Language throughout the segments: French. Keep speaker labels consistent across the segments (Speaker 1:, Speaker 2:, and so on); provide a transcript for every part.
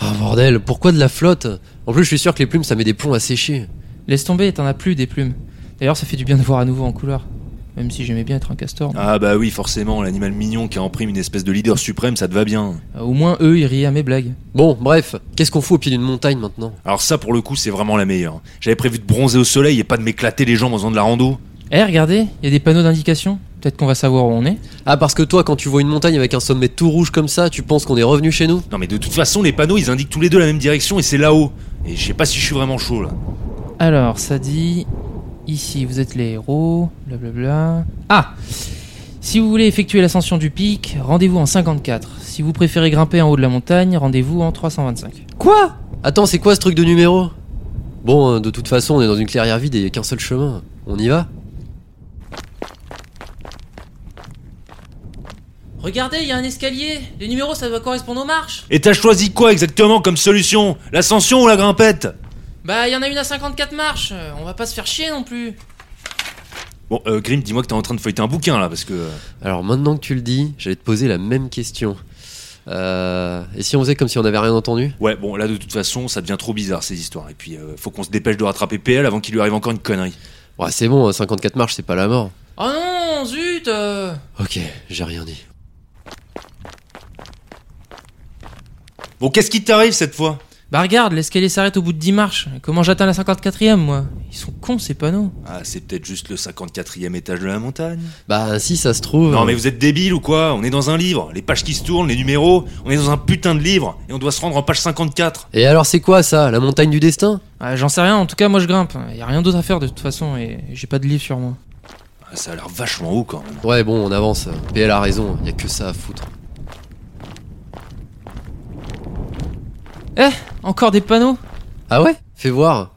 Speaker 1: Ah, Bordel, pourquoi de la flotte En plus, je suis sûr que les plumes, ça met des plombs à sécher.
Speaker 2: Laisse tomber, t'en as plus des plumes. D'ailleurs, ça fait du bien de voir à nouveau en couleur. Même si j'aimais bien être un castor. mais-
Speaker 3: Ah bah oui, forcément, l'animal mignon qui a en prime une espèce de leader suprême, ça te va bien.
Speaker 2: Euh, Au moins, eux, ils riaient à mes blagues.
Speaker 1: Bon, bref, qu'est-ce qu'on fout au pied d'une montagne maintenant
Speaker 3: Alors ça, pour le coup, c'est vraiment la meilleure. J'avais prévu de bronzer au soleil et pas de m'éclater les jambes en faisant de la rando.
Speaker 2: Eh, regardez, il y a des panneaux d'indication. Peut-être qu'on va savoir où on est.
Speaker 1: Ah, parce que toi, quand tu vois une montagne avec un sommet tout rouge comme ça, tu penses qu'on est revenu chez nous
Speaker 3: Non mais de toute façon, les panneaux, ils indiquent tous les deux la même direction et c'est là-haut. Et je sais pas si je suis vraiment chaud là.
Speaker 2: Alors, ça dit. Ici, vous êtes les héros, blablabla. Ah Si vous voulez effectuer l'ascension du pic, rendez-vous en 54. Si vous préférez grimper en haut de la montagne, rendez-vous en 325.
Speaker 1: Quoi Attends, c'est quoi ce truc de numéro Bon, euh, de toute façon, on est dans une clairière vide et il n'y a qu'un seul chemin. On y va
Speaker 4: Regardez, il y a un escalier. Les numéros, ça doit correspondre aux marches.
Speaker 3: Et t'as choisi quoi exactement comme solution L'ascension ou la grimpette
Speaker 4: Bah, il y en a une à 54 marches. Euh, On va pas se faire chier non plus.
Speaker 3: Bon, euh, Grim, dis-moi que t'es en train de feuilleter un bouquin là, parce que... euh,
Speaker 1: Alors maintenant que tu le dis, j'allais te poser la même question. Euh, et si on faisait comme si on n'avait rien entendu
Speaker 3: Ouais, bon, là de toute façon, ça devient trop bizarre ces histoires. Et puis, euh, faut qu'on se dépêche de rattraper PL avant qu'il lui arrive encore une connerie.
Speaker 1: Ouais, c'est bon, 54 marches, c'est pas la mort.
Speaker 4: Oh non, zut euh.
Speaker 1: Ok, j'ai rien dit.
Speaker 3: Bon, qu'est-ce qui t'arrive cette fois
Speaker 2: Bah regarde, l'escalier s'arrête au bout de 10 marches. Comment j'atteins la 54ème, moi Ils sont cons, ces panneaux.
Speaker 3: Ah, c'est peut-être juste le 54e étage de la montagne.
Speaker 1: Bah, si ça se trouve.
Speaker 3: Non mais vous êtes débile ou quoi On est dans un livre, les pages qui se tournent, les numéros, on est dans un putain de livre et on doit se rendre en page 54.
Speaker 1: Et alors, c'est quoi ça La montagne du destin
Speaker 2: Ah, J'en sais rien, en tout cas, moi je grimpe. Y a rien d'autre à faire de toute façon, et j'ai pas de livre sur moi.
Speaker 3: Ah, Ça a l'air vachement haut quand même.
Speaker 1: Ouais, bon, on avance. PL a raison, il a que ça à foutre.
Speaker 2: Eh Encore des panneaux
Speaker 1: Ah ouais Fais voir.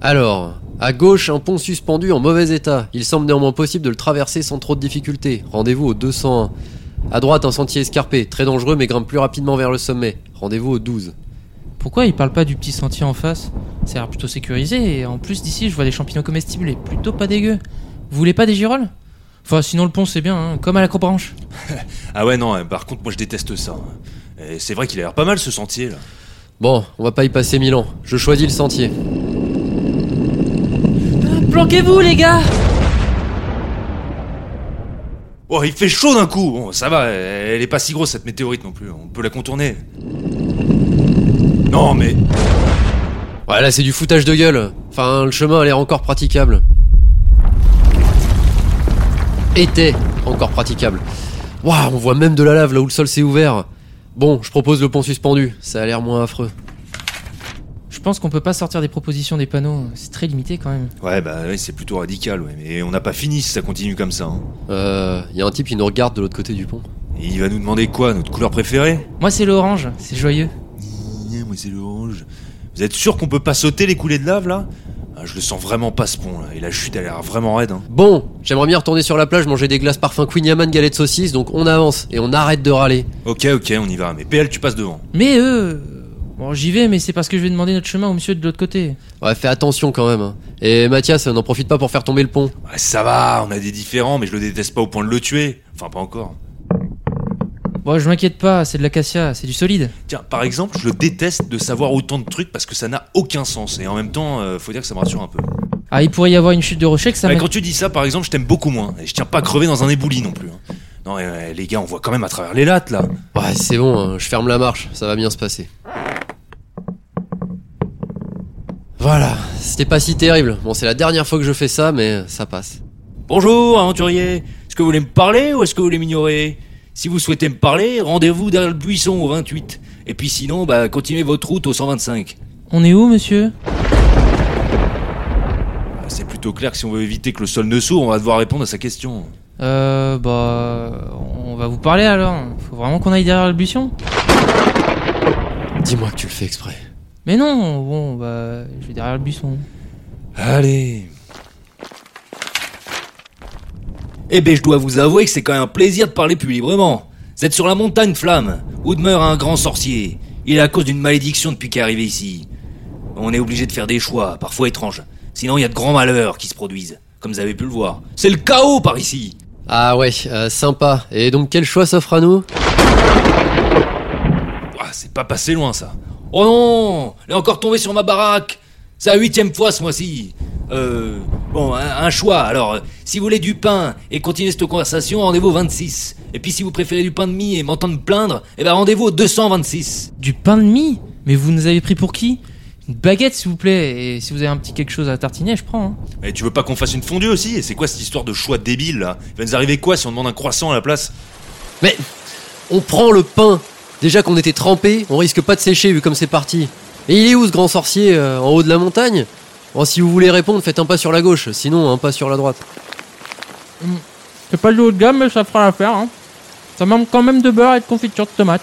Speaker 1: Alors, à gauche, un pont suspendu en mauvais état. Il semble néanmoins possible de le traverser sans trop de difficulté. Rendez-vous au 201. À droite, un sentier escarpé, très dangereux mais grimpe plus rapidement vers le sommet. Rendez-vous au 12.
Speaker 2: Pourquoi ils parlent pas du petit sentier en face Ça a l'air plutôt sécurisé et en plus d'ici je vois des champignons comestibles et plutôt pas dégueu. Vous voulez pas des girolles Enfin sinon le pont c'est bien, hein, comme à la branche.
Speaker 3: Ah ouais non, euh, par contre moi je déteste ça. Et c'est vrai qu'il a l'air pas mal ce sentier là.
Speaker 1: Bon, on va pas y passer mille ans. Je choisis le sentier.
Speaker 4: Planquez-vous, les gars
Speaker 3: Oh il fait chaud d'un coup Bon ça va, euh, elle est pas si grosse cette météorite non plus, on peut la contourner. Non mais...
Speaker 1: Ouais, là, c'est du foutage de gueule. Enfin, le chemin a l'air encore praticable. Était encore praticable. Waouh, on voit même de la lave là où le sol s'est ouvert. Bon, je propose le pont suspendu. Ça a l'air moins affreux.
Speaker 2: Je pense qu'on peut pas sortir des propositions des panneaux, c'est très limité quand même.
Speaker 3: Ouais bah ouais, c'est plutôt radical ouais, mais on n'a pas fini si ça continue comme ça. hein.
Speaker 1: Euh, y a un type qui nous regarde de l'autre côté du pont.
Speaker 3: Et il va nous demander quoi, notre couleur préférée
Speaker 2: Moi c'est l'orange, c'est joyeux.
Speaker 3: Gna, Moi, c'est l'orange. Vous êtes sûr qu'on peut pas sauter les coulées de lave là Ah, Je le sens vraiment pas ce pont là, et la chute elle a l'air vraiment raide. Hein.
Speaker 1: Bon, j'aimerais bien retourner sur la plage manger des glaces parfum Queen Yaman galette saucisse, donc on avance et on arrête de râler.
Speaker 3: Ok, ok, on y va, mais PL tu passes devant.
Speaker 2: Mais eux... Bon j'y vais mais c'est parce que je vais demander notre chemin au monsieur de l'autre côté.
Speaker 1: Ouais, fais attention quand même. hein. Et Mathias, n'en profite pas pour faire tomber le pont.
Speaker 3: Ouais, ça va, on a des différents, mais je le déteste pas au point de le tuer. Enfin, pas encore.
Speaker 2: Bon je m'inquiète pas, c'est de l'acacia, c'est du solide.
Speaker 3: Tiens, par exemple, je le déteste de savoir autant de trucs parce que ça n'a aucun sens, et en même temps, euh, faut dire que ça me rassure un peu.
Speaker 2: Ah il pourrait y avoir une chute de rocher que ça
Speaker 3: Ouais,
Speaker 2: m'a-
Speaker 3: quand tu dis ça, par exemple, je t'aime beaucoup moins, et je tiens pas à crever dans un éboulis non plus. hein. Non, euh, les gars, on voit quand même à travers les lattes là.
Speaker 1: Ouais, c'est bon, hein, je ferme la marche, ça va bien se passer. Voilà, c'était pas si terrible. Bon, c'est la dernière fois que je fais ça, mais ça passe.
Speaker 3: Bonjour, aventurier. Est-ce que vous voulez me parler ou est-ce que vous voulez m'ignorer Si vous souhaitez me parler, rendez-vous derrière le buisson au 28. Et puis sinon, bah, continuez votre route au 125.
Speaker 2: On est où monsieur
Speaker 3: Ah, C'est plutôt clair que si on veut éviter que le sol ne s'ouvre, on va devoir répondre à sa question.
Speaker 2: Euh bah... On va vous parler alors, faut vraiment qu'on aille derrière le buisson
Speaker 1: Dis-moi que tu le fais exprès.
Speaker 2: Mais non, bon, bah, je vais derrière le buisson.
Speaker 3: Allez. Eh ben, je dois vous avouer que c'est quand même un plaisir de parler plus librement. Vous êtes sur la montagne flamme, où demeure un grand sorcier. Il est à cause d'une malédiction depuis qu'il est arrivé ici. On est obligé de faire des choix, parfois étranges. Sinon, il y a de grands malheurs qui se produisent, comme vous avez pu le voir. C'est le chaos par ici.
Speaker 1: Ah ouais, euh, sympa. Et donc quel choix s'offre à nous
Speaker 3: Ah, c'est pas passé loin ça.
Speaker 5: Oh non Elle est encore tombée sur ma baraque C'est la huitième fois ce mois-ci Euh. Bon, un, un choix, alors. euh, Si vous voulez du pain et continuer cette conversation, rendez-vous au 26. Et puis si vous préférez du pain de mie et m'entendre plaindre, eh ben rendez-vous au 226.
Speaker 2: Du pain de mie Mais vous nous avez pris pour qui Une baguette, s'il vous plaît. Et si vous avez un petit quelque chose à tartiner, je prends. hein.
Speaker 3: Et tu veux pas qu'on fasse une fondue aussi Et c'est quoi cette histoire de choix débile là Il va nous arriver quoi si on demande un croissant à la place
Speaker 1: Mais on prend le pain. Déjà qu'on était trempé, on risque pas de sécher vu comme c'est parti. Et il est où ce grand sorcier euh, En haut de la montagne Bon, Si vous voulez répondre, faites un pas sur la gauche, sinon un pas sur la droite.
Speaker 2: C'est pas du haut de gamme, mais ça fera l'affaire. Hein. Ça manque quand même de beurre et de confiture de tomate.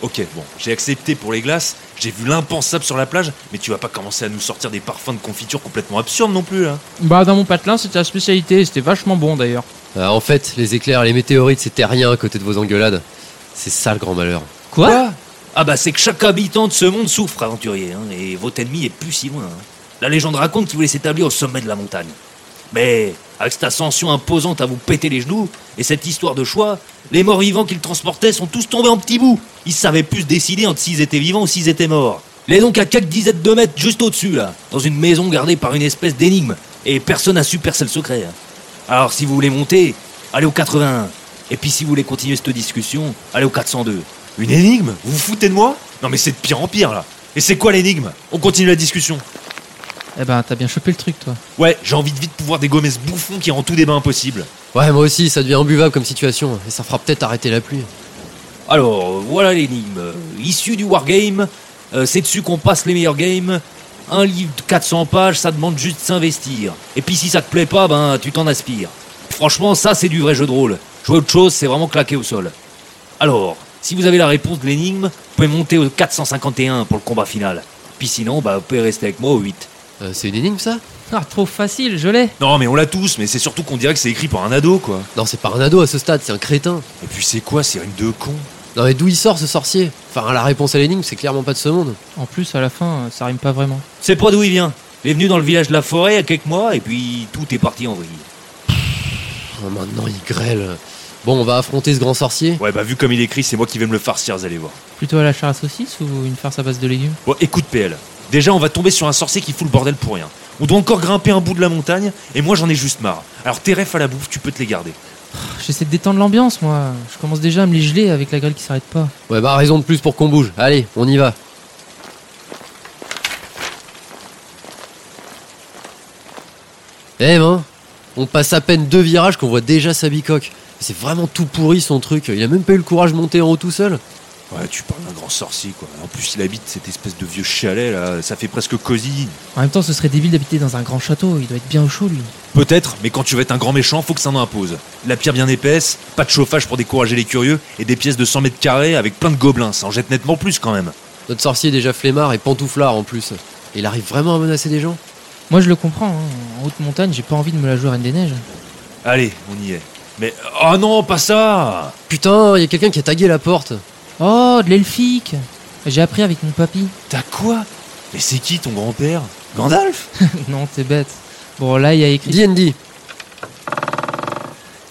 Speaker 3: Ok, bon, j'ai accepté pour les glaces, j'ai vu l'impensable sur la plage, mais tu vas pas commencer à nous sortir des parfums de confiture complètement absurdes non plus hein? là.
Speaker 2: Bah, dans mon patelin, c'était la spécialité. C'était vachement bon d'ailleurs.
Speaker 1: Ah, en fait, les éclairs, les météorites, c'était rien à côté de vos engueulades. C'est ça le grand malheur.
Speaker 2: Quoi,
Speaker 5: Ah bah c'est que chaque habitant de ce monde souffre, aventurier, hein, et votre ennemi est plus si loin. hein. La légende raconte qu'il voulait s'établir au sommet de la montagne. Mais avec cette ascension imposante à vous péter les genoux, et cette histoire de choix, les morts vivants qu'il transportait sont tous tombés en petits bouts. Ils savaient plus se décider entre s'ils étaient vivants ou s'ils étaient morts. Il est donc à quelques dizaines de mètres juste au-dessus là, dans une maison gardée par une espèce d'énigme, et personne n'a su percer le secret. hein. Alors si vous voulez monter, allez au 81. Et puis si vous voulez continuer cette discussion, allez au 402.
Speaker 3: Une énigme Vous vous foutez de moi Non mais c'est de pire en pire là. Et c'est quoi l'énigme On continue la discussion.
Speaker 2: Eh ben, t'as bien chopé le truc, toi.
Speaker 3: Ouais, j'ai envie de vite pouvoir dégommer ce bouffon qui rend tout débat impossible.
Speaker 1: Ouais, moi aussi, ça devient imbuvable comme situation, et ça fera peut-être arrêter la pluie.
Speaker 5: Alors, voilà l'énigme. Issue du wargame, euh, c'est dessus qu'on passe les meilleurs games. Un livre de 400 pages, ça demande juste de s'investir. Et puis si ça te plaît pas, ben tu t'en aspires. Franchement, ça c'est du vrai jeu de rôle. Jouer autre chose, c'est vraiment claquer au sol. Alors, si vous avez la réponse de l'énigme, vous pouvez monter au 451 pour le combat final. Puis sinon, bah, vous pouvez rester avec moi au 8.
Speaker 1: Euh, c'est une énigme ça
Speaker 2: Ah, trop facile, je l'ai.
Speaker 3: Non mais on l'a tous, mais c'est surtout qu'on dirait que c'est écrit par un ado quoi.
Speaker 1: Non, c'est pas un ado à ce stade, c'est un crétin.
Speaker 3: Et puis c'est quoi ces rimes de con
Speaker 1: Non, mais d'où il sort ce sorcier Enfin, la réponse à l'énigme, c'est clairement pas de ce monde.
Speaker 2: En plus, à la fin, euh, ça rime pas vraiment.
Speaker 5: C'est pas d'où il vient. Il est venu dans le village de la forêt il y a quelques mois, et puis tout est parti en vrille.
Speaker 1: Oh, maintenant, il grêle. Bon, on va affronter ce grand sorcier.
Speaker 3: Ouais bah vu comme il écrit, c'est moi qui vais me le farcir, vous allez voir.
Speaker 2: Plutôt à la chair à saucisse ou une farce à base de légumes
Speaker 3: Bon, écoute PL. Déjà, on va tomber sur un sorcier qui fout le bordel pour rien. On doit encore grimper un bout de la montagne, et moi j'en ai juste marre. Alors tes refs à la bouffe, tu peux te les garder.
Speaker 2: Pff, J'essaie de détendre l'ambiance, moi. Je commence déjà à me les geler avec la grêle qui s'arrête pas.
Speaker 1: Ouais, bah raison de plus pour qu'on bouge. Allez, on y va. Eh ben, on passe à peine deux virages qu'on voit déjà sa bicoque. C'est vraiment tout pourri son truc. Il a même pas eu le courage de monter en haut tout seul.
Speaker 3: Ouais, tu parles d'un grand sorcier quoi. En plus, il habite cette espèce de vieux chalet là, ça fait presque cosy.
Speaker 2: En même temps, ce serait débile d'habiter dans un grand château. Il doit être bien au chaud, lui.
Speaker 3: Peut-être, mais quand tu veux être un grand méchant, faut que ça en impose. La pierre bien épaisse, pas de chauffage pour décourager les curieux, et des pièces de 100 mètres carrés avec plein de gobelins, ça en jette nettement plus quand même.
Speaker 1: Notre sorcier est déjà flemmard et pantouflard en plus. Et il arrive vraiment à menacer des gens
Speaker 2: Moi, je le comprends. hein. En haute montagne, j'ai pas envie de me la jouer à Reine des Neiges.
Speaker 3: Allez, on y est. Mais. Oh non, pas ça
Speaker 1: Putain, il y a quelqu'un qui a tagué la porte.
Speaker 2: Oh, de l'elfique J'ai appris avec mon papy.
Speaker 3: T'as quoi Mais c'est qui ton grand-père Gandalf
Speaker 2: non, t'es bête. Bon, là, il y a écrit.
Speaker 1: D&D.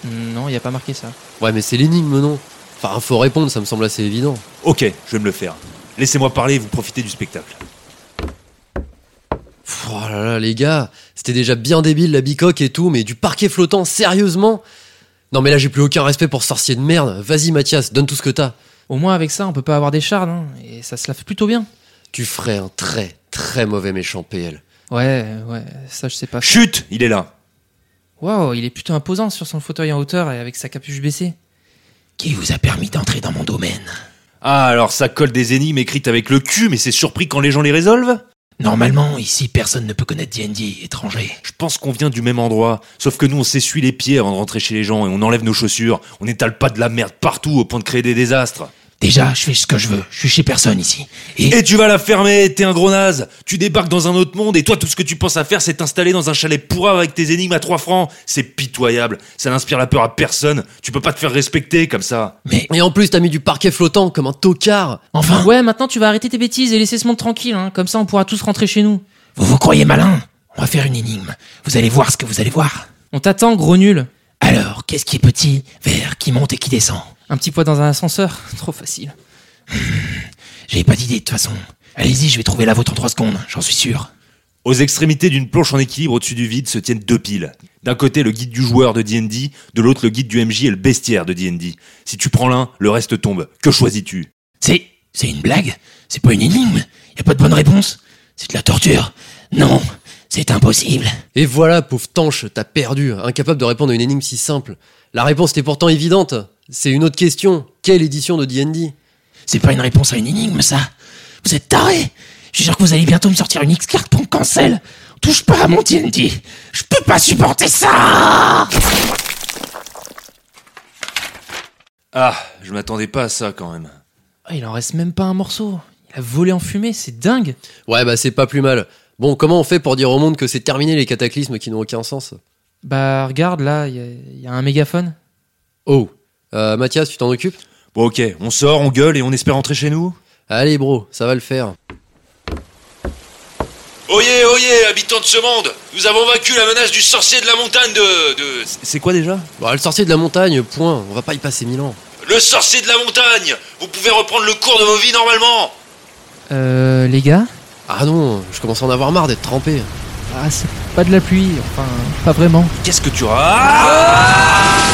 Speaker 2: Non, il y a pas marqué ça.
Speaker 1: Ouais, mais c'est l'énigme, non Enfin, faut répondre, ça me semble assez évident.
Speaker 3: Ok, je vais me le faire. Laissez-moi parler et vous profitez du spectacle.
Speaker 1: Pff, Oh là là, les gars, c'était déjà bien débile la bicoque et tout, mais du parquet flottant, sérieusement Non, mais là, j'ai plus aucun respect pour ce sorcier de merde. Vas-y, Mathias, donne tout ce que t'as.
Speaker 2: Au moins, avec ça, on peut pas avoir des chardes. hein. Et ça se la fait plutôt bien.
Speaker 1: Tu ferais un très, très mauvais méchant PL.
Speaker 2: Ouais, ouais, ça, je sais pas.
Speaker 3: Chut Il est là
Speaker 2: Waouh, il est plutôt imposant sur son fauteuil en hauteur et avec sa capuche baissée.
Speaker 6: Qui vous a permis d'entrer dans mon domaine
Speaker 3: Ah, alors ça colle des énigmes écrites avec le cul, mais c'est surpris quand les gens les résolvent
Speaker 6: Normalement, ici, personne ne peut connaître D&D étranger.
Speaker 3: Je pense qu'on vient du même endroit, sauf que nous on s'essuie les pieds avant de rentrer chez les gens et on enlève nos chaussures, on n'étale pas de la merde partout au point de créer des désastres.
Speaker 6: Déjà, je fais ce que je veux. Je suis chez personne ici. Et,
Speaker 3: Et tu vas la fermer, t'es un gros naze. Tu débarques dans un autre monde et toi, tout ce que tu penses à faire, c'est t'installer dans un chalet pourra avec tes énigmes à 3 francs. C'est pitoyable. Ça n'inspire la peur à personne. Tu peux pas te faire respecter comme ça.
Speaker 6: mais
Speaker 1: Et en plus, t'as mis du parquet flottant comme un tocard
Speaker 6: enfin,
Speaker 2: Ouais, maintenant, tu vas arrêter tes bêtises et laisser ce monde tranquille. hein. Comme ça, on pourra tous rentrer chez nous.
Speaker 6: vous vous croyez malin On va faire une énigme. Vous allez voir ce que vous allez voir.
Speaker 2: On t'attend, gros nul.
Speaker 6: Alors, qu'est-ce qui est petit, vert, qui monte et qui descend
Speaker 2: Un petit poids dans un ascenseur, trop facile.
Speaker 6: J'avais pas d'idée de toute façon. Allez-y, je vais trouver la vôtre en 3 secondes, j'en suis sûr.
Speaker 3: Aux extrémités d'une planche en équilibre au-dessus du vide se tiennent deux piles. D'un côté le guide du joueur de D&D, de l'autre le guide du MJ et le bestiaire de D&D. Si tu prends l'un, le reste tombe. Que choisis-tu
Speaker 6: C'est. C'est une blague C'est pas une énigme Y a pas de bonne réponse C'est de la torture Non C'est impossible
Speaker 1: Et voilà, pauvre Tanche, t'as perdu, incapable de répondre à une énigme si simple. La réponse était pourtant évidente. C'est une autre question. Quelle édition de D&D
Speaker 6: C'est pas une réponse à une énigme, ça Vous êtes tarés Je suis sûr que vous allez bientôt me sortir une X-Card pour me cancel On Touche pas à mon TNT Je peux pas supporter ça
Speaker 3: Ah, je m'attendais pas à ça quand même.
Speaker 2: Ah, il en reste même pas un morceau. Il a volé en fumée, c'est dingue.
Speaker 1: Ouais, bah c'est pas plus mal. Bon, comment on fait pour dire au monde que c'est terminé les cataclysmes qui n'ont aucun sens
Speaker 2: Bah regarde là, il y a- il y, a un mégaphone.
Speaker 1: Oh, Euh, Mathias, tu t'en occupes
Speaker 3: Bon ok, on sort, on gueule et on espère rentrer chez nous
Speaker 1: Allez bro, ça va le faire.
Speaker 5: Oyez, oyez, habitants de ce monde Nous avons vaincu la menace du sorcier de la montagne de... de...
Speaker 3: C'est quoi déjà
Speaker 1: Bon, le sorcier de la montagne, point. On va pas y passer mille ans.
Speaker 5: Le sorcier de la montagne Vous pouvez reprendre le cours de vos vies normalement
Speaker 2: Euh, les gars
Speaker 1: Ah non, je commence à en avoir marre d'être trempé.
Speaker 2: Ah, c'est pas de la pluie, enfin, pas vraiment.
Speaker 3: Qu'est-ce que tu as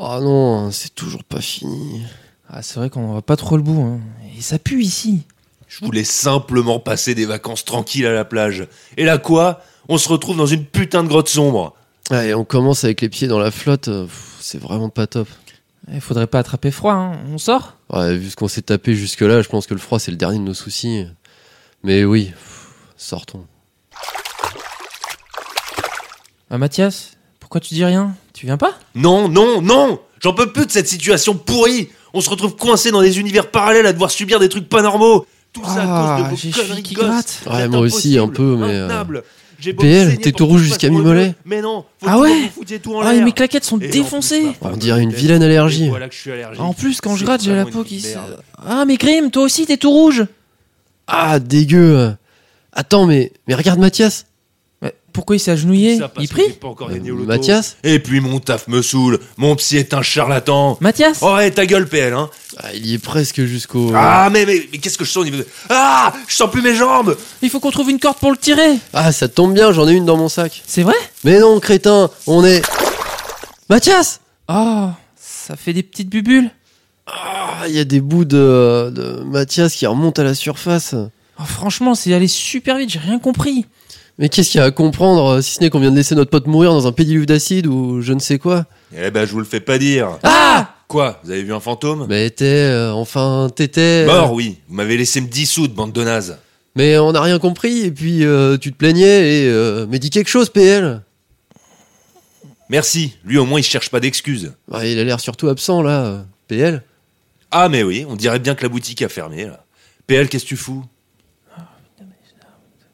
Speaker 1: Ah non, c'est toujours pas fini.
Speaker 2: Ah, c'est vrai qu'on en voit pas trop le bout. hein. Et ça pue ici.
Speaker 3: Je voulais simplement passer des vacances tranquilles à la plage. Et là quoi On se retrouve dans une putain de grotte sombre.
Speaker 1: Allez, on commence avec les pieds dans la flotte. Pff, C'est vraiment pas top.
Speaker 2: Il faudrait pas attraper froid, hein. on sort
Speaker 1: Ouais, vu ce qu'on s'est tapé jusque-là, je pense que le froid, c'est le dernier de nos soucis. Mais oui, pff, sortons.
Speaker 2: Ah Mathias, pourquoi tu dis rien Tu viens pas
Speaker 3: Non, non, non J'en peux plus de cette situation pourrie On se retrouve coincé dans des univers parallèles à devoir subir des trucs pas normaux Tout ça à
Speaker 2: Ah,
Speaker 3: cause de
Speaker 2: j'ai
Speaker 3: vos
Speaker 2: les
Speaker 3: conneries
Speaker 2: chevilles qui
Speaker 3: de
Speaker 2: grattent.
Speaker 3: gosses
Speaker 1: Ouais,
Speaker 3: C'est
Speaker 1: moi aussi, un peu, mais, euh,
Speaker 3: intenable. J'ai beau
Speaker 1: PL,
Speaker 3: saigner
Speaker 1: t'es
Speaker 3: pour
Speaker 1: tout
Speaker 3: que
Speaker 1: rouge
Speaker 3: je fasse
Speaker 1: jusqu'à
Speaker 3: mon
Speaker 1: mi-mollet.
Speaker 3: bleu, Mais non faut
Speaker 2: Ah
Speaker 3: que vous
Speaker 2: ouais
Speaker 3: me foutiez tout en
Speaker 2: Ah,
Speaker 3: l'air.
Speaker 2: mes claquettes sont
Speaker 3: Et en plus,
Speaker 2: défoncées
Speaker 3: bah,
Speaker 1: On dirait une vilaine
Speaker 3: Et
Speaker 1: allergie.
Speaker 3: voilà que je suis allergique.
Speaker 2: Ah, En plus, quand je
Speaker 3: C'est
Speaker 2: rate, j'ai la
Speaker 3: vraiment
Speaker 2: peau
Speaker 3: une
Speaker 2: qui se...
Speaker 3: merde.
Speaker 2: Ah, mais Grim, toi aussi, t'es tout rouge
Speaker 1: Ah, dégueu. Attends, mais, mais regarde Mathias.
Speaker 2: Mais Pourquoi il s'est agenouillé
Speaker 3: Ça, parce
Speaker 2: Il
Speaker 3: que j'ai
Speaker 2: prie
Speaker 3: pas encore
Speaker 1: Euh,
Speaker 3: gagné au loto.
Speaker 1: Mathias
Speaker 3: Et puis mon taf me saoule, mon psy est un charlatan.
Speaker 2: Mathias
Speaker 3: Oh ouais, ta gueule PL, hein
Speaker 1: Ah, Il y est presque jusqu'au...
Speaker 3: Ah mais, mais, mais qu'est-ce que je sens au niveau de... Ah Je sens plus mes jambes
Speaker 2: Il faut qu'on trouve une corde pour le tirer
Speaker 1: Ah, ça tombe bien, j'en ai une dans mon sac.
Speaker 2: C'est vrai
Speaker 1: Mais non, crétin, on est... Mathias
Speaker 2: Oh, ça fait des petites bubules
Speaker 1: Ah, il y a des bouts de, de Mathias qui remontent à la surface.
Speaker 2: Oh, Franchement, c'est allé super vite, j'ai rien compris
Speaker 1: Mais qu'est-ce qu'il y a à comprendre, euh, si ce n'est qu'on vient de laisser notre pote mourir dans un pédiluve d'acide ou je ne sais quoi
Speaker 3: Eh ben je vous le fais pas dire
Speaker 2: Ah
Speaker 3: Quoi Vous avez vu un fantôme
Speaker 1: Mais t'es... euh, enfin, t'étais... euh,
Speaker 3: Mort, oui. Vous m'avez laissé me dissoudre, bande de nazes.
Speaker 1: Mais on n'a rien compris, et puis euh, tu te plaignais, et... euh, mais dis quelque chose, PL
Speaker 3: Merci. Lui, au moins, il cherche pas d'excuses.
Speaker 1: Bah, Il a l'air surtout absent, là, euh, PL.
Speaker 3: Ah, mais oui, on dirait bien que la boutique a fermé, là. PL, qu'est-ce que tu fous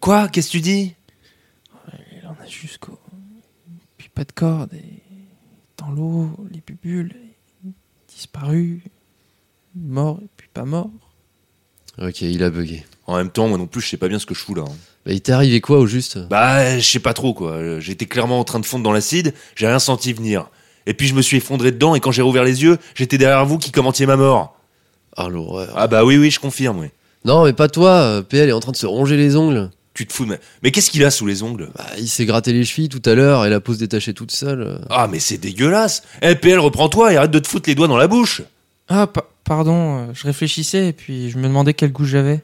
Speaker 3: Quoi Qu'est-ce que tu dis
Speaker 2: Et là, on a jusqu'au... Puis pas de corde, et... Dans l'eau, les bubules, et- disparu, mort, et puis pas mort.
Speaker 1: Ok, il a bugué.
Speaker 3: En même temps, moi non plus, je sais pas bien ce que je fous là. hein.
Speaker 1: Bah, il t'est arrivé quoi, au juste
Speaker 3: Bah, je sais pas trop, quoi. Euh, J'étais clairement en train de fondre dans l'acide, j'ai rien senti venir. Et puis, je me suis effondré dedans, et quand j'ai rouvert les yeux, j'étais derrière vous qui commentiez ma mort.
Speaker 1: Ah, l'horreur.
Speaker 3: Ah, bah oui, oui, je confirme, oui.
Speaker 1: Non, mais pas toi, euh, PL est en train de se ronger les ongles.
Speaker 3: Tu te fous de ma- Mais qu'est-ce qu'il a sous les ongles
Speaker 1: Bah, il s'est gratté les chevilles tout à l'heure, et la peau se détachait toute seule. euh.
Speaker 3: Ah, mais c'est dégueulasse Eh, PL, reprends-toi et arrête de te foutre les doigts dans la bouche
Speaker 2: Ah, pa- pardon, euh, je réfléchissais et puis je me demandais quel goût j'avais.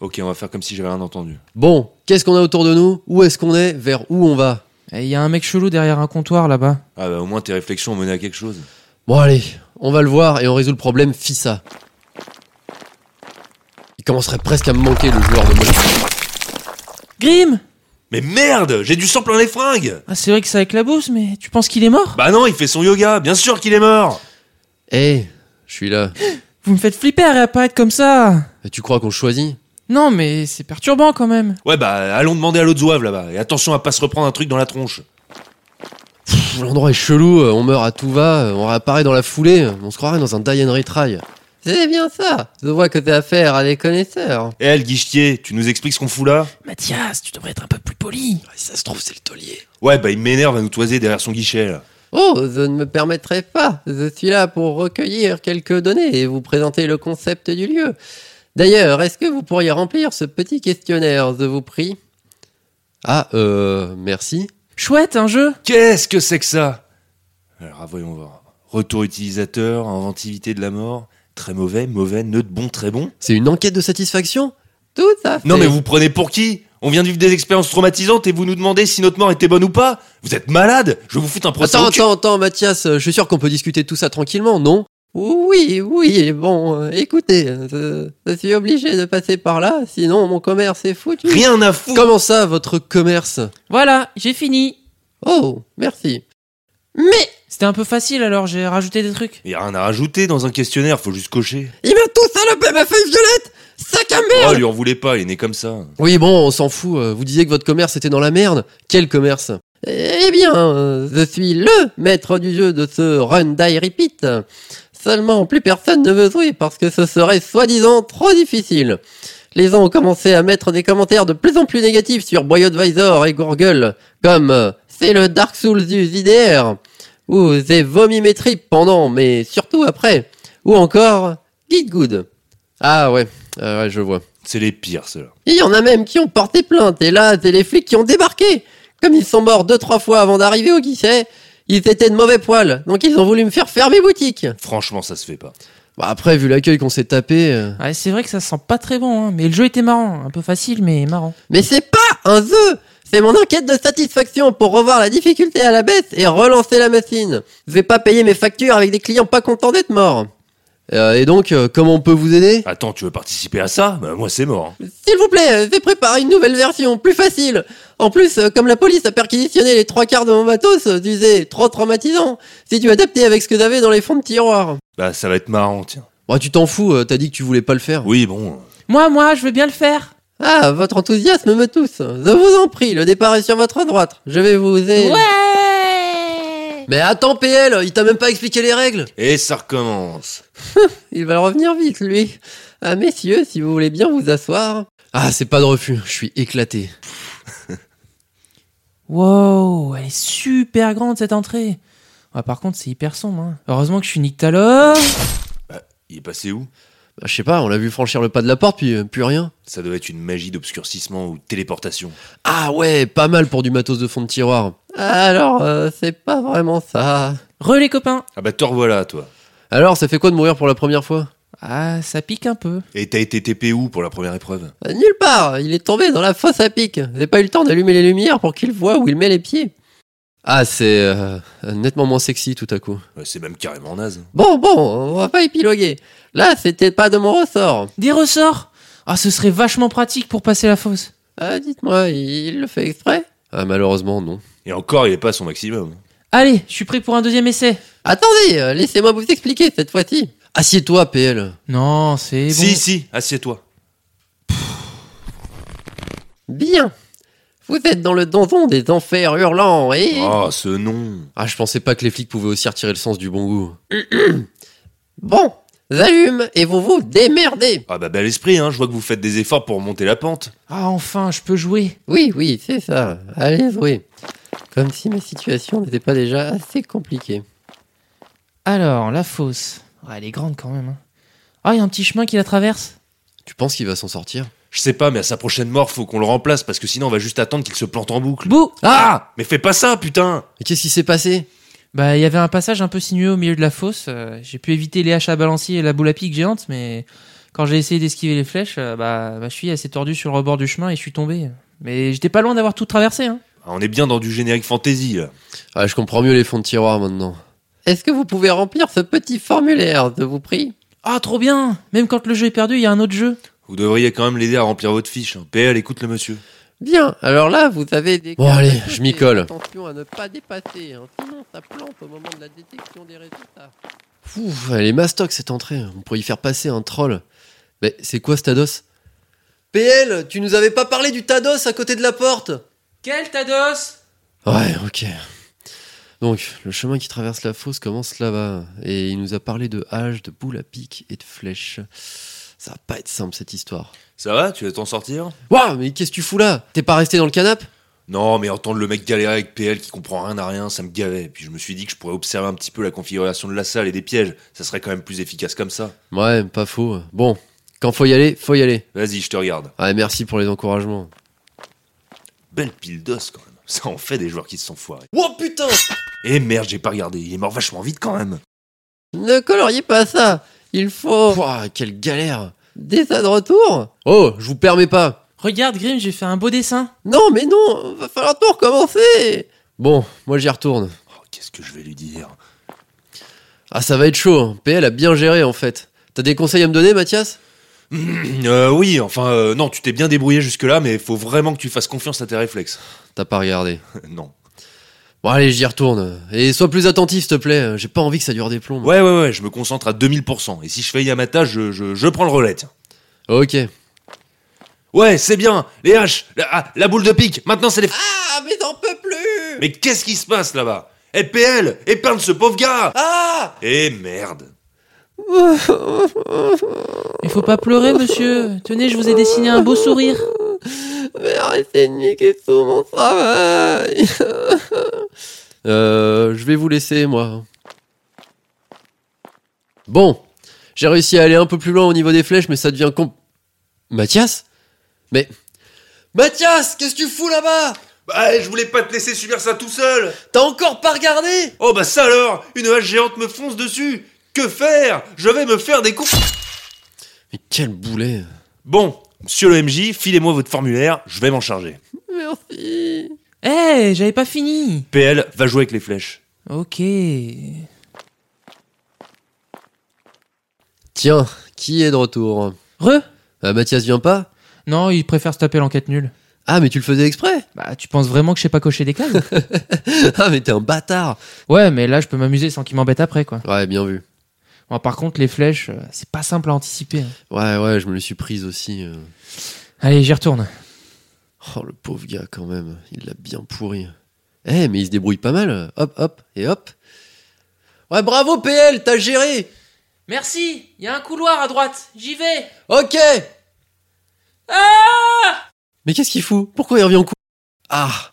Speaker 3: Ok, on va faire comme si j'avais rien entendu.
Speaker 1: Bon, qu'est-ce qu'on a autour de nous Où est-ce qu'on est Vers où on va
Speaker 2: Et Il Eh, y a un mec chelou derrière un comptoir là-bas.
Speaker 3: Ah bah au moins tes réflexions ont mené à quelque chose.
Speaker 1: Bon allez, on va le voir et on résout le problème Fissa. Il commencerait presque à me manquer le joueur de Molotov.
Speaker 2: Grim
Speaker 3: Mais merde, j'ai du sang plein les fringues
Speaker 2: Ah, c'est vrai que ça éclabousse, mais tu penses qu'il est mort
Speaker 3: Bah non, il fait son yoga, bien sûr qu'il est mort
Speaker 1: Hé, Eh, je suis là.
Speaker 2: Vous me faites flipper à réapparaître comme ça
Speaker 1: Et tu crois qu'on choisit
Speaker 2: Non, mais c'est perturbant quand même.
Speaker 3: Ouais bah allons demander à l'autre zouave là-bas, et attention à pas se reprendre un truc dans la tronche.
Speaker 1: Pff, L'endroit est chelou, euh, on meurt à tout va, euh, on réapparaît dans la foulée, euh, on se croirait dans un Die and Retry. C'est bien ça Je vois que t'as affaire à des connaisseurs.
Speaker 3: Eh le guichetier, tu nous expliques ce qu'on fout là
Speaker 2: Mathias, tu devrais être un peu plus poli.
Speaker 1: Ça se trouve, c'est le taulier.
Speaker 3: Ouais bah il m'énerve à nous toiser derrière son guichet là.
Speaker 1: Oh, je ne me permettrai pas. Je suis là pour recueillir quelques données et vous présenter le concept du lieu. D'ailleurs, est-ce que vous pourriez remplir ce petit questionnaire, je vous prie Ah, euh, merci.
Speaker 2: Chouette, un jeu
Speaker 3: Qu'est-ce que c'est que ça Alors, ah, voyons voir. Retour utilisateur, inventivité de la mort, très mauvais, mauvais, neutre, bon, très bon.
Speaker 1: C'est une enquête de satisfaction Tout à fait.
Speaker 3: Non, mais vous prenez pour qui On vient de vivre des expériences traumatisantes et vous nous demandez si notre mort était bonne ou pas Vous êtes malade Je vous fous un procès.
Speaker 1: Attends,
Speaker 3: au cul.
Speaker 1: attends, attends, Mathias, euh, je suis sûr qu'on peut discuter de tout ça tranquillement, non Oui, oui, bon, euh, écoutez, euh, je, je suis obligé de passer par là, sinon mon commerce est foutu.
Speaker 3: Rien à foutre
Speaker 1: Comment ça, votre commerce
Speaker 4: Voilà, j'ai fini.
Speaker 1: Oh, merci. Mais
Speaker 4: C'était un peu facile alors, j'ai rajouté des trucs.
Speaker 3: Il y a rien à rajouter dans un questionnaire, faut juste cocher.
Speaker 1: il m'a tout salopé ma feuille violette Sac à merde
Speaker 3: Oh, lui en voulait pas, il est né comme ça.
Speaker 1: Oui, bon, on s'en fout, euh, vous disiez que votre commerce était dans la merde. Quel commerce Eh bien, euh, je suis LE maître du jeu de ce Run Die Repeat. Seulement, plus personne ne veut jouer parce que ce serait soi-disant trop difficile. Les gens ont commencé à mettre des commentaires de plus en plus négatifs sur BoyAdvisor et Google, comme euh, c'est le Dark Souls du JDR, ou j'ai vomi mes tripes pendant, mais surtout après, ou encore Git Good. Ah ouais, euh, ouais, je vois.
Speaker 3: C'est les pires, ceux-là.
Speaker 1: Il y en a même qui ont porté plainte, et là, c'est les flics qui ont débarqué. Comme ils sont morts deux, trois fois avant d'arriver au guichet, ils étaient de mauvais poil, donc ils ont voulu me faire fermer boutique.
Speaker 3: Franchement, ça se fait pas.
Speaker 1: Bah après, vu l'accueil qu'on s'est tapé... euh,
Speaker 4: Ouais, c'est vrai que ça sent pas très bon, hein, mais le jeu était marrant. Un peu facile, mais marrant.
Speaker 1: Mais c'est pas un jeu C'est mon enquête de satisfaction pour revoir la difficulté à la baisse et relancer la machine. Je vais pas payer mes factures avec des clients pas contents d'être morts. Euh, et donc, euh, comment on peut vous aider
Speaker 3: Attends, tu veux participer à ça Bah, moi, c'est mort.
Speaker 1: S'il vous plaît, euh, j'ai préparé une nouvelle version, plus facile. En plus, euh, comme la police a perquisitionné les trois quarts de mon matos, euh, disait trop traumatisant. Si tu adaptais avec ce que t'avais dans les fonds de tiroir.
Speaker 3: Bah, ça va être marrant, tiens.
Speaker 1: Bah tu t'en fous, euh, t'as dit que tu voulais pas le faire.
Speaker 3: Oui, bon.
Speaker 4: Moi, moi, je veux bien le faire.
Speaker 1: Ah, votre enthousiasme me touche. Je vous en prie, le départ est sur votre droite. Je vais vous
Speaker 2: Euh.
Speaker 1: aider.
Speaker 4: Ouais
Speaker 1: Mais attends, PL, il t'a même pas expliqué les règles.
Speaker 3: Et ça recommence.
Speaker 1: Il va revenir vite, lui. Ah, messieurs, si vous voulez bien vous asseoir. Ah, c'est pas de refus, je suis éclaté.
Speaker 2: Wow, elle est super grande cette entrée. Ah, par contre, c'est hyper sombre. hein. Heureusement que je suis nique tout à l'heure.
Speaker 3: Il est passé où
Speaker 1: Bah, je sais pas, on l'a vu franchir le pas de la porte, puis euh, plus rien.
Speaker 3: Ça doit être une magie d'obscurcissement ou de téléportation.
Speaker 1: Ah ouais, pas mal pour du matos de fond de tiroir. Alors, euh, c'est pas vraiment ça.
Speaker 2: Re les copains.
Speaker 3: Ah bah, te revoilà, toi.
Speaker 1: Alors, ça fait quoi de mourir pour la première fois
Speaker 2: Ah, ça pique un peu.
Speaker 3: Et t'as été TP où pour la première épreuve
Speaker 1: Euh, Nulle part, il est tombé dans la fosse à pic. J'ai pas eu le temps d'allumer les lumières pour qu'il voit où il met les pieds. Ah, c'est euh, nettement moins sexy tout à coup.
Speaker 3: Bah, C'est même carrément naze.
Speaker 1: Bon, bon, on va pas épiloguer. Là, c'était pas de mon ressort.
Speaker 2: Des ressorts Ah, ce serait vachement pratique pour passer la fosse.
Speaker 1: Ah, dites-moi, il le fait exprès Ah, malheureusement, non.
Speaker 3: Et encore, il est pas à son maximum.
Speaker 2: Allez, je suis prêt pour un deuxième essai.
Speaker 1: Attendez, euh, laissez-moi vous expliquer cette fois-ci. Assieds-toi, PL.
Speaker 2: Non, c'est bon.
Speaker 3: Si, si, assieds-toi.
Speaker 1: Bien. Vous êtes dans le donjon des enfers hurlants et...
Speaker 3: Oh, ce nom.
Speaker 1: Ah, je pensais pas que les flics pouvaient aussi retirer le sens du bon goût. bon, j'allume et vous vous démerdez.
Speaker 3: Ah bah, bel esprit, hein. Je vois que vous faites des efforts pour monter la pente.
Speaker 2: Ah, enfin, je peux jouer.
Speaker 1: Oui, oui, c'est ça. Allez jouer. Comme si ma situation n'était pas déjà assez compliquée.
Speaker 2: Alors, la fosse. Ah, elle est grande quand même. hein. Ah, il y a un petit chemin qui la traverse.
Speaker 1: Tu penses qu'il va s'en sortir
Speaker 3: Je sais pas, mais à sa prochaine mort, faut qu'on le remplace parce que sinon, on va juste attendre qu'il se plante en boucle.
Speaker 2: Bouh
Speaker 3: Ah Mais fais pas ça, putain
Speaker 1: Mais qu'est-ce qui s'est passé
Speaker 2: Bah, il y avait un passage un peu sinueux au milieu de la fosse. euh, j'ai pu éviter les haches à balancier et la boule à pique géante, mais quand j'ai essayé d'esquiver les flèches, euh, bah, ma cheville elle s'est tordue sur le rebord du chemin et je suis tombé. Mais j'étais pas loin d'avoir tout traversé. Hein.
Speaker 3: Ah, On est bien dans du générique fantasy, là.
Speaker 1: Ah, je comprends mieux les fonds de tiroir maintenant. Est-ce que vous pouvez remplir ce petit formulaire, je vous prie
Speaker 2: Ah, trop bien Même quand le jeu est perdu, il y a un autre jeu.
Speaker 3: Vous devriez quand même l'aider à remplir votre fiche. hein. PL, écoute le monsieur.
Speaker 1: Bien, alors là, vous avez des...
Speaker 2: Bon,
Speaker 1: cartes
Speaker 2: allez,
Speaker 1: à
Speaker 2: je
Speaker 1: côté.
Speaker 2: m'y colle.
Speaker 1: Attention à ne pas dépasser, hein, sinon ça plante au moment de la détection des résultats. Ouf, elle est mastoc cette entrée, on pourrait y faire passer un troll. Mais c'est quoi ce Tados PL, tu nous avais pas parlé du Tados à côté de la porte
Speaker 4: Quel Tados
Speaker 1: Ouais, ok. Donc, le chemin qui traverse la fosse commence là-bas, et il nous a parlé de haches, de boules à pique et de flèches. Ça va pas être simple cette histoire.
Speaker 3: Ça va Tu vas t'en sortir
Speaker 1: Waouh, mais qu'est-ce que tu fous là T'es pas resté dans le canapé
Speaker 3: Non, mais entendre le mec galérer avec PL qui comprend rien à rien, ça me gavait. Puis je me suis dit que je pourrais observer un petit peu la configuration de la salle et des pièges. Ça serait quand même plus efficace comme ça.
Speaker 1: Ouais, pas faux. Bon, quand faut y aller, faut y aller.
Speaker 3: Vas-y, je te regarde.
Speaker 1: Ouais, merci pour les encouragements.
Speaker 3: Belle pile d'os quand même. Ça en fait des joueurs qui se sont foirés.
Speaker 1: Oh putain
Speaker 3: Eh merde, j'ai pas regardé. Il est mort vachement vite quand même.
Speaker 1: Ne coloriez pas ça Il faut... Pouah, quelle galère Des tas de retour Oh, je vous permets pas
Speaker 4: Regarde, Grim, j'ai fait un beau dessin.
Speaker 1: Non, mais non, va falloir tout recommencer. Bon, moi j'y retourne.
Speaker 3: Oh, qu'est-ce que je vais lui dire
Speaker 1: Ah, ça va être chaud. hein. PL a bien géré en fait. T'as des conseils à me donner, Mathias
Speaker 3: Euh, oui, enfin, euh, non, tu t'es bien débrouillé jusque-là, mais faut vraiment que tu fasses confiance à tes réflexes.
Speaker 1: T'as pas regardé.
Speaker 3: non.
Speaker 1: Bon, allez, j'y retourne. Et sois plus attentif, s'il te plaît. J'ai pas envie que ça dure des plombs.
Speaker 3: Ouais, ouais, ouais, je me concentre à 2000%. Et si je fais Yamata, je, je, je prends le relais, tiens.
Speaker 1: Ok.
Speaker 3: Ouais, c'est bien Les haches La, ah, la boule de pique Maintenant, c'est les...
Speaker 1: Ah, mais t'en peux plus
Speaker 3: Mais qu'est-ce qui se passe, là-bas Eh, EPL Épargne ce pauvre gars
Speaker 1: Ah
Speaker 3: Eh merde
Speaker 4: Il faut pas pleurer, monsieur. Tenez, je vous ai dessiné un beau sourire.
Speaker 1: Mais arrêtez de niquer tout mon travail Euh, je vais vous laisser, moi. Bon, j'ai réussi à aller un peu plus loin au niveau des flèches, mais ça devient com... Mathias Mais... Mathias, qu'est-ce que tu fous là-bas
Speaker 3: Bah, je voulais pas te laisser subir ça tout seul
Speaker 1: T'as encore pas regardé
Speaker 3: Oh bah ça alors Une hache géante me fonce dessus Que faire Je vais me faire des coups
Speaker 1: Mais quel boulet
Speaker 3: Bon, monsieur le MJ, filez-moi votre formulaire, je vais m'en charger.
Speaker 1: Merci
Speaker 4: Eh, j'avais pas fini.
Speaker 3: PL, va jouer avec les flèches.
Speaker 4: Ok.
Speaker 1: Tiens, qui est de retour
Speaker 2: Re
Speaker 1: Euh, Mathias vient pas
Speaker 2: Non, il préfère se taper l'enquête nulle.
Speaker 1: Ah, mais tu le faisais exprès
Speaker 2: Bah, tu penses vraiment que je sais pas cocher des cases hein
Speaker 1: Ah, mais t'es un bâtard
Speaker 2: Ouais, mais là, je peux m'amuser sans qu'il m'embête après, quoi.
Speaker 1: Ouais, bien vu.
Speaker 2: Bon, par contre, les flèches, euh, c'est pas simple à anticiper. hein.
Speaker 1: Ouais, ouais, je me le suis prise aussi. euh.
Speaker 2: Allez, j'y retourne.
Speaker 1: Oh, le pauvre gars, quand même. Il l'a bien pourri. Eh, mais il se débrouille pas mal. Hop, hop, et hop. Ouais, bravo, PL, t'as géré
Speaker 4: Merci. Il y a un couloir à droite. J'y vais.
Speaker 1: Ok
Speaker 4: Ah
Speaker 1: Mais qu'est-ce qu'il fout Pourquoi il revient en cou... Ah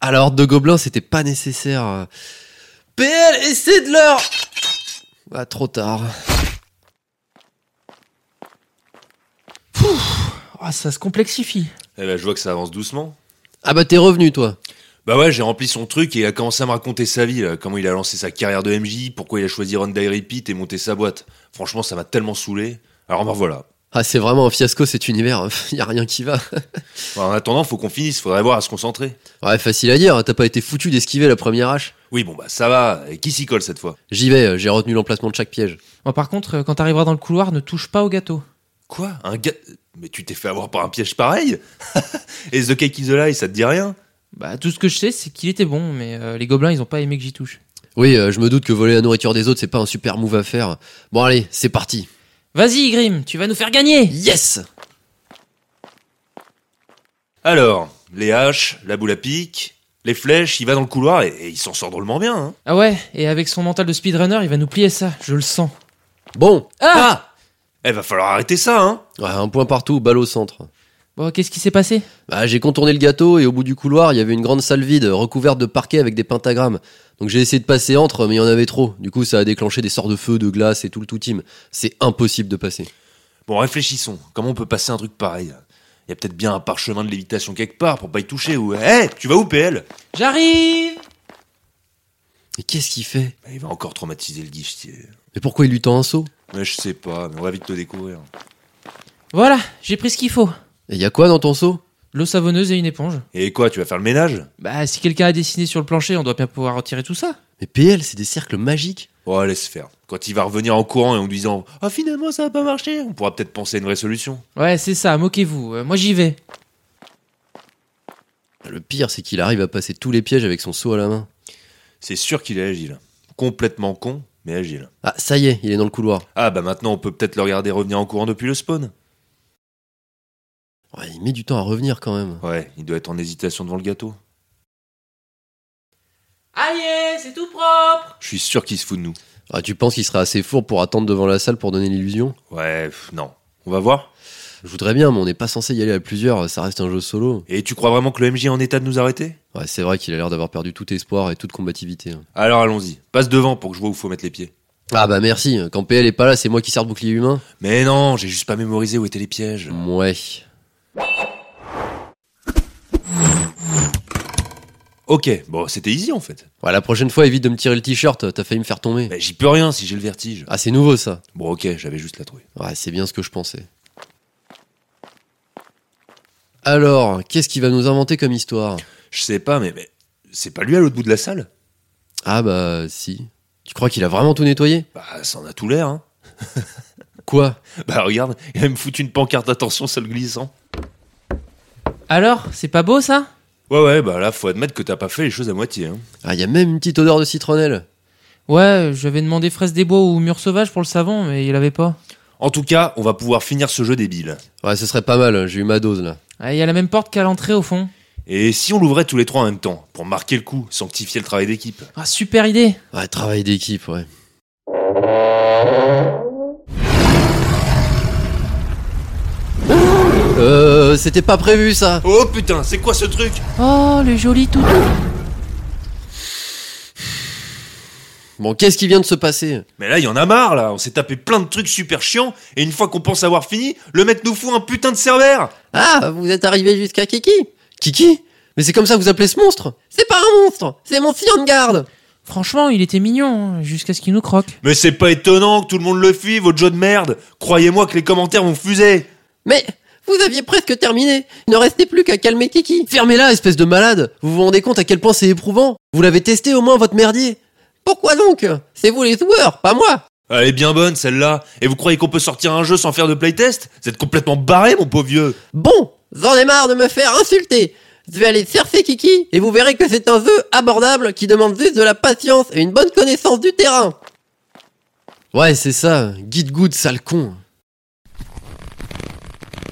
Speaker 1: Alors, de gobelins, c'était pas nécessaire. PL, essaie de leur... Ah, trop tard.
Speaker 2: Oh, ça se complexifie.
Speaker 3: Eh ben, je vois que ça avance doucement.
Speaker 1: Ah bah, t'es revenu, toi.
Speaker 3: Bah ouais, j'ai rempli son truc et il a commencé à me raconter sa vie, là, comment il a lancé sa carrière de MJ, pourquoi il a choisi Ron Dye Repeat et monté sa boîte. Franchement, ça m'a tellement saoulé. Alors ben voilà.
Speaker 1: Ah, c'est vraiment un fiasco, cet univers. y a rien qui va.
Speaker 3: Enfin, En attendant, faut qu'on finisse, faudrait voir à se concentrer.
Speaker 1: Ouais, facile à dire. hein, T'as pas été foutu d'esquiver la première hache.
Speaker 3: Oui, bon bah ça va, et qui s'y colle cette fois
Speaker 1: J'y vais, j'ai retenu l'emplacement de chaque piège.
Speaker 2: Bon, par contre, euh, quand t'arriveras dans le couloir, ne touche pas au gâteau.
Speaker 3: Quoi Un gars... Mais tu t'es fait avoir par un piège pareil Et The Cake is a Lie, ça te dit rien
Speaker 2: Bah, tout ce que je sais, c'est qu'il était bon, mais euh, les gobelins, ils ont pas aimé que j'y touche.
Speaker 1: Oui, euh, je me doute que voler la nourriture des autres, c'est pas un super move à faire. Bon, allez, c'est parti.
Speaker 2: Vas-y, Grim, tu vas nous faire gagner
Speaker 1: Yes
Speaker 3: Alors, les haches, la boule à pique, les flèches, il va dans le couloir et, et il s'en sort drôlement bien. Hein.
Speaker 2: Ah ouais, et avec son mental de speedrunner, il va nous plier ça, je le sens.
Speaker 1: Bon
Speaker 2: Ah
Speaker 3: Eh, va falloir arrêter ça, hein
Speaker 1: Ouais, Un point partout, balle au centre.
Speaker 2: Bon, qu'est-ce qui s'est passé
Speaker 1: Bah, j'ai contourné le gâteau et au bout du couloir, il y avait une grande salle vide, recouverte de parquets avec des pentagrammes. Donc j'ai essayé de passer entre, mais il y en avait trop. Du coup, ça a déclenché des sorts de feu, de glace et tout le tout team. C'est impossible de passer.
Speaker 3: Bon, réfléchissons. Comment on peut passer un truc pareil Il y a peut-être bien un parchemin de lévitation quelque part pour pas y toucher ou. Eh, tu vas où, PL
Speaker 4: J'arrive.
Speaker 1: Mais qu'est-ce qu'il fait
Speaker 3: Mais Bah, Il va encore traumatiser le guichetier.
Speaker 1: Mais pourquoi il lui tend un seau
Speaker 3: Mais je sais pas, mais on va vite le découvrir.
Speaker 2: Voilà, j'ai pris ce qu'il faut.
Speaker 1: Et y a quoi dans ton seau
Speaker 2: L'eau savonneuse et une éponge.
Speaker 3: Et quoi, tu vas faire le ménage
Speaker 2: Bah, si quelqu'un a dessiné sur le plancher, on doit bien pouvoir retirer tout ça.
Speaker 1: Mais PL, c'est des cercles magiques.
Speaker 3: Oh, laisse faire. Quand il va revenir en courant et en nous disant Ah, finalement, ça a pas marché, on pourra peut-être penser à une vraie solution.
Speaker 2: Ouais, c'est ça, moquez-vous, euh, moi j'y vais.
Speaker 1: Bah, Le pire, c'est qu'il arrive à passer tous les pièges avec son seau à la main.
Speaker 3: C'est sûr qu'il est agile. Complètement con, mais agile.
Speaker 1: Ah, ça y est, il est dans le couloir.
Speaker 3: Ah, bah maintenant, on peut peut-être le regarder revenir en courant depuis le spawn.
Speaker 1: Ouais, il met du temps à revenir quand même.
Speaker 3: Ouais, il doit être en hésitation devant le gâteau.
Speaker 4: Aïe, c'est tout propre.
Speaker 3: Je suis sûr qu'il se fout de nous.
Speaker 1: Ah, tu penses qu'il sera assez fourbe pour attendre devant la salle pour donner l'illusion
Speaker 3: Ouais, pff, non. On va voir
Speaker 1: Je voudrais bien, mais on n'est pas censé y aller à plusieurs, ça reste un jeu solo.
Speaker 3: Et tu crois vraiment que le MJ est en état de nous arrêter
Speaker 1: Ouais, c'est vrai qu'il a l'air d'avoir perdu tout espoir et toute combativité. hein.
Speaker 3: Alors allons-y. Passe devant pour que je vois où faut mettre les pieds.
Speaker 1: Ah bah merci, quand PL est pas là, c'est moi qui sers de bouclier humain.
Speaker 3: Mais non, j'ai juste pas mémorisé où étaient les pièges.
Speaker 1: Ouais.
Speaker 3: Ok, bon, c'était easy en fait.
Speaker 1: Ouais, la prochaine fois, évite de me tirer le t-shirt, t'as failli me faire tomber.
Speaker 3: Mais j'y peux rien si j'ai le vertige.
Speaker 1: Ah, c'est nouveau ça.
Speaker 3: Bon, ok, j'avais juste la trouille.
Speaker 1: Ouais, c'est bien ce que je pensais. Alors, qu'est-ce qu'il va nous inventer comme histoire
Speaker 3: Je sais pas, mais, mais c'est pas lui à l'autre bout de la salle
Speaker 1: Ah bah si. Tu crois qu'il a vraiment tout nettoyé
Speaker 3: Bah, ça en a tout l'air, hein.
Speaker 1: Quoi
Speaker 3: Bah, regarde, il a même foutu une pancarte attention, sale glissant.
Speaker 2: Alors, c'est pas beau ça
Speaker 3: Ouais, ouais, bah là, faut admettre que t'as pas fait les choses à moitié, hein.
Speaker 1: Ah, il y a même une petite odeur de citronnelle.
Speaker 2: Ouais, euh, j'avais demandé fraise des bois ou mur sauvage pour le savon, mais il avait pas.
Speaker 3: En tout cas, on va pouvoir finir ce jeu débile.
Speaker 1: Ouais, ce serait pas mal, hein. j'ai eu ma dose là.
Speaker 2: Ah, Il y a la même porte qu'à l'entrée au fond.
Speaker 3: Et si on l'ouvrait tous les trois en même temps, pour marquer le coup, sanctifier le travail d'équipe
Speaker 2: Ah, super idée
Speaker 1: Ouais, travail d'équipe, ouais. Euh, c'était pas prévu ça
Speaker 3: Oh putain, c'est quoi ce truc
Speaker 2: Oh, le joli toutou
Speaker 1: Bon, qu'est-ce qui vient de se passer
Speaker 3: Mais là, il y en a marre, là. On s'est tapé plein de trucs super chiants, et une fois qu'on pense avoir fini, le mec nous fout un putain de cerbère
Speaker 1: Ah, vous êtes arrivé jusqu'à Kiki Kiki Mais c'est comme ça que vous appelez ce monstre C'est pas un monstre, c'est mon fillon de garde
Speaker 2: Franchement, il était mignon, hein, jusqu'à ce qu'il nous croque.
Speaker 3: Mais c'est pas étonnant que tout le monde le fuit, votre jeu de merde Croyez-moi que les commentaires vont fuser
Speaker 1: Mais vous aviez presque terminé Il ne restait plus qu'à calmer Kiki Fermez-la, espèce de malade Vous vous rendez compte à quel point c'est éprouvant Vous l'avez testé au moins, votre merdier Pourquoi donc C'est vous les joueurs, pas moi
Speaker 3: Elle est bien bonne, celle-là Et vous croyez qu'on peut sortir un jeu sans faire de playtest Vous êtes complètement barré, mon pauvre vieux
Speaker 1: Bon, j'en ai marre de me faire insulter je vais aller chercher Kiki et vous verrez que c'est un jeu abordable qui demande juste de la patience et une bonne connaissance du terrain. Ouais, c'est ça. Guide good, sale con.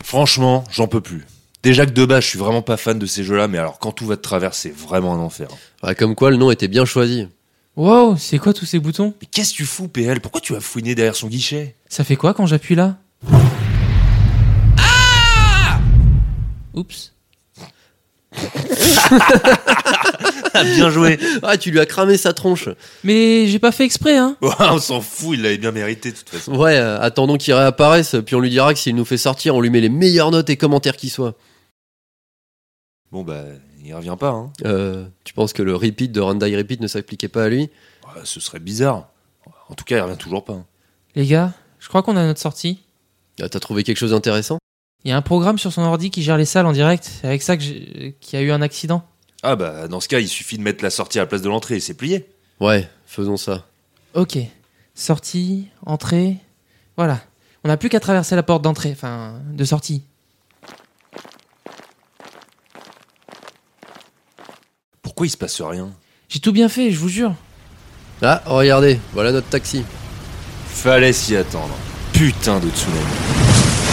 Speaker 3: Franchement, j'en peux plus. Déjà que de base, je suis vraiment pas fan de ces jeux-là, mais alors quand tout va de travers, c'est vraiment un enfer. hein.
Speaker 1: Ouais, comme quoi le nom était bien choisi.
Speaker 2: Wow, c'est quoi tous ces boutons
Speaker 3: Mais qu'est-ce que tu fous, PL Pourquoi tu vas fouiner derrière son guichet
Speaker 2: Ça fait quoi quand j'appuie là Ah Oups.
Speaker 3: Ah, bien joué
Speaker 1: Ah, tu lui as cramé sa tronche.
Speaker 2: Mais j'ai pas fait exprès, hein
Speaker 3: Ouais, On s'en fout, il l'avait bien mérité, de toute façon.
Speaker 1: Ouais, euh, attendons qu'il réapparaisse, puis on lui dira que s'il nous fait sortir, on lui met les meilleures notes et commentaires qui soient.
Speaker 3: Bon, bah, il revient pas, hein.
Speaker 1: Euh, tu penses que le repeat de Randai Repeat ne s'appliquait pas à lui
Speaker 3: Ouais, ce serait bizarre. En tout cas, il revient toujours pas. hein.
Speaker 2: Les gars, je crois qu'on a notre sortie.
Speaker 1: Ah, T'as trouvé quelque chose d'intéressant
Speaker 2: Il y a un programme sur son ordi qui gère les salles en direct. C'est avec ça que j'ai- euh, qu'il y a eu un accident.
Speaker 3: Ah bah, dans ce cas, il suffit de mettre la sortie à la place de l'entrée et c'est plié.
Speaker 1: Ouais, faisons ça.
Speaker 2: Ok. Sortie, entrée. Voilà. On n'a plus qu'à traverser la porte d'entrée, enfin, de sortie.
Speaker 3: Pourquoi il se passe rien
Speaker 2: J'ai tout bien fait, je vous jure.
Speaker 1: Ah, regardez, voilà notre taxi.
Speaker 3: Fallait s'y attendre. Putain de tsunami.